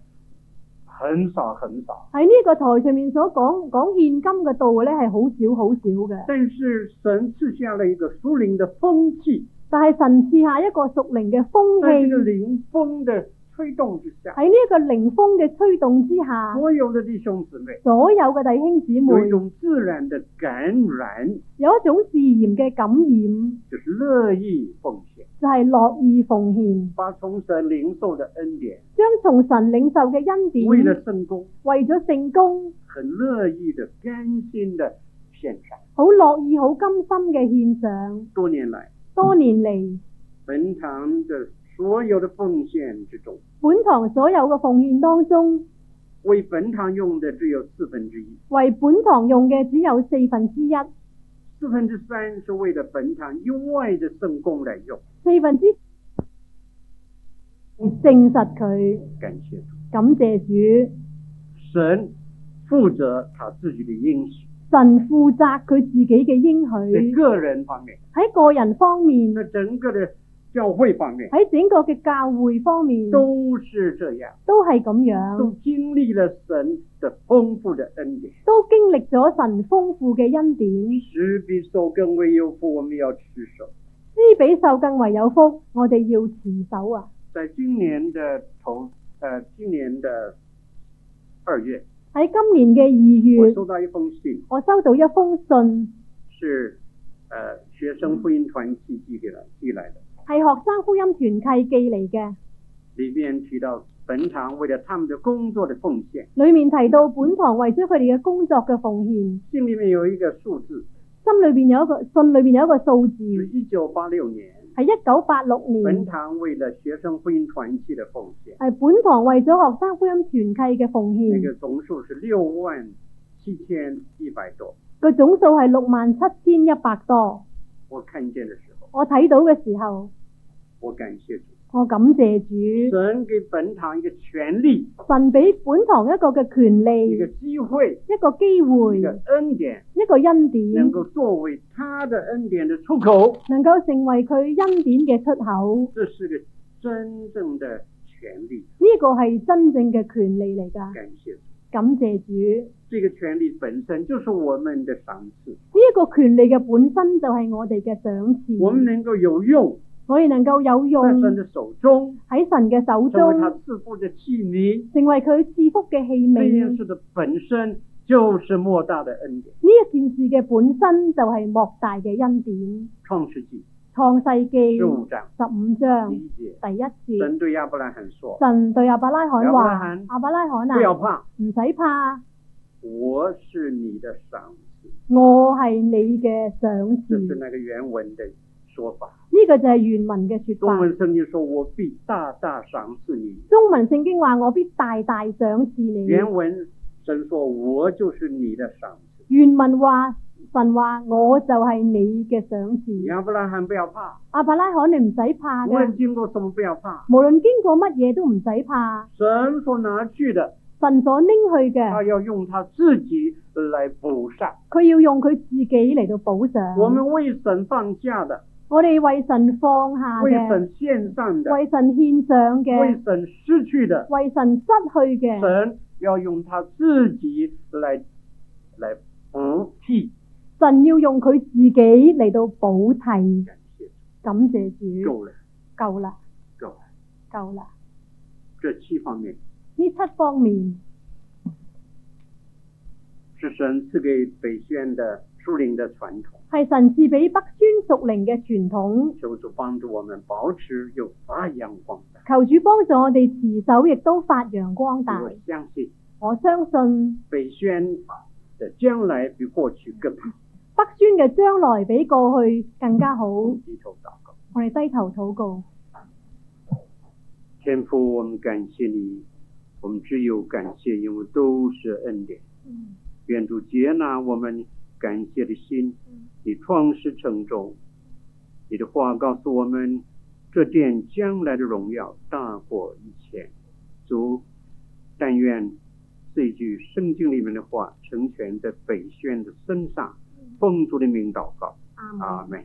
A: 很少很少，
B: 喺呢個台上面所講講現金嘅道咧係好少好少嘅，
A: 但是神赐下了一个属灵的风气，
B: 但係神賜下一個屬靈嘅
A: 在这个
B: 風氣，
A: 灵风的吹動之下，
B: 喺呢一個靈風嘅吹動之下，
A: 所有的弟兄姊妹
B: 所有嘅弟兄姊
A: 有一
B: 妹
A: 种自然的感染，
B: 有一種自然嘅感染，
A: 就是乐意奉献，
B: 就係、樂意奉獻，
A: 把从神领受的恩典，
B: 將從神領受嘅恩典，
A: 为了圣功，
B: 為咗成功，
A: 很乐意的、甘心的献上。
B: 好樂意、好甘心嘅獻上。
A: 多年来，
B: 多年嚟。
A: 本堂的所有的奉献之中，
B: 本堂所有嘅奉獻當中，
A: 为本堂用的只有四分之一，
B: 為本堂用嘅只有四分之一，
A: 四分之三是为了本堂以外的圣功来用。
B: 四分之
A: 嗯
B: 證實佢，
A: 感谢主，
B: 感謝主。
A: 神负责他自己的应许，
B: 神負責佢自己嘅應
A: 在
B: 許，
A: 个人方面，
B: 喺個人方面，
A: 在整个的教会方面
B: 喺整個嘅教會方面，
A: 都是这样，
B: 都係咁
A: 都
B: 樣，
A: 经历了神的丰富的恩典。
B: 都經歷咗神豐富嘅恩典。
A: 施比受更为有福，我们要持守。
B: 施比受更為有福，我哋要持守啊！
A: 在今年的头，呃，今年的二月，
B: 喺今年嘅
A: 我
B: 二月，
A: 收到一封信，
B: 我收到一封信，
A: 是呃学生福音团契寄给了寄来的，
B: 係學生福音團契寄嚟嘅，
A: 里面提到本堂为了他们的工作的奉献，
B: 裡面提到本堂為咗佢哋嘅工作嘅奉獻，
A: 信里面有一个数字，
B: 心裏邊有一個信裏邊有一個數字，
A: 是一九八六年
B: 係一九八六
A: 本
B: 年。
A: 堂为了学生福音团契的奉献，
B: 係本堂為咗學生福音團契嘅奉
A: 那
B: 獻，
A: 个总数是六万七千一百多。
B: 個總數係六萬七千一百多。
A: 我看见的时候，
B: 我睇到嘅時候，
A: 我感谢主，
B: 我感謝主，
A: 神给本堂一个权利，
B: 神俾本堂一個嘅權
A: 一
B: 利
A: 个，机会，
B: 一個機
A: 一
B: 會
A: 个，恩典，
B: 一個恩典
A: 能，够作为他的恩典的出口，
B: 能夠成為佢恩典嘅出口。
A: 这是个真正的权利。
B: 呢個係真正嘅權利嚟㗎，
A: 感谢主，
B: 感謝主。
A: 这个权利本身就是我们的赏赐，
B: 呢一個權利嘅本身就係我哋嘅賞
A: 我们
B: 賜，
A: 能够有用，
B: 我哋能夠有用
A: 在神的手中，
B: 喺神嘅手
A: 成为他
B: 中，
A: 赐福的器皿。
B: 成為佢賜福嘅器
A: 这
B: 皿
A: 件。事的本身就是莫大的恩典。
B: 呢一件事嘅本身就係莫大嘅恩典。
A: 创世纪
B: 創世記
A: 十五章
B: 十五章
A: 第一节，
B: 第一節，
A: 神對亚伯拉罕说
B: 神對亞伯拉罕
A: 亞伯拉
B: 話：
A: 罕
B: 亞伯拉：“罕
A: 不要
B: 啊，
A: 怕，
B: 唔使怕，
A: 我是你的赏赐。
B: 我係你嘅賞”
A: 这
B: 賜。
A: 是那个原文的说法。
B: 呢個就係原文嘅説
A: 中
B: 法。
A: 文圣经说：“我必大大赏赐你。
B: 中文聖經話：我必大大賞賜”
A: 原
B: 你。
A: 文神说：“我就是你的赏赐。
B: 原文話：神話我就係你嘅賞”賜。
A: 亚伯拉罕不要怕，
B: 亞伯拉罕，你唔使怕
A: 无论
B: 嘅，
A: 经过什么不要怕。
B: 無論經過乜嘢都唔使怕。
A: 神所拿去的，
B: 神所拎去
A: 他
B: 嘅，
A: 要用他自己来补上。
B: 佢要用佢自己嚟到補償。
A: 我们为神放下的，
B: 我哋為神放下
A: 为
B: 嘅，
A: 神献上的，
B: 為神獻
A: 为
B: 上嘅，
A: 神失去的，
B: 為神失去嘅，
A: 神要用他自己来来补替。
B: 神要用佢自己嚟到補替。
A: 感谢
B: 感謝
A: 主，
B: 主，
A: 够了，
B: 夠啦，
A: 够了。
B: 夠啦。
A: 这七方面
B: 呢七方面
A: 是神赐给北宣的树林的传统，
B: 係神賜俾北宣屬靈嘅傳統，
A: 求主帮助我们保持有发扬光大。
B: 求主幫助我哋持守，亦都發揚光大。
A: 我相信
B: 我相信
A: 北宣的将来比过去更好。
B: 北宣嘅將來比過去更加好。我
A: 低头祷告，
B: 哋低頭禱告，
A: 天父，我们感谢你，我们只有感谢，因为都是恩典。愿主接纳我们感谢的心，你创始成终。你的话告诉我们，这殿将来的荣耀大过以前。主，但愿这句圣经里面的话成全在北宣的身上，奉主的名祷告，
B: 阿
A: 阿门。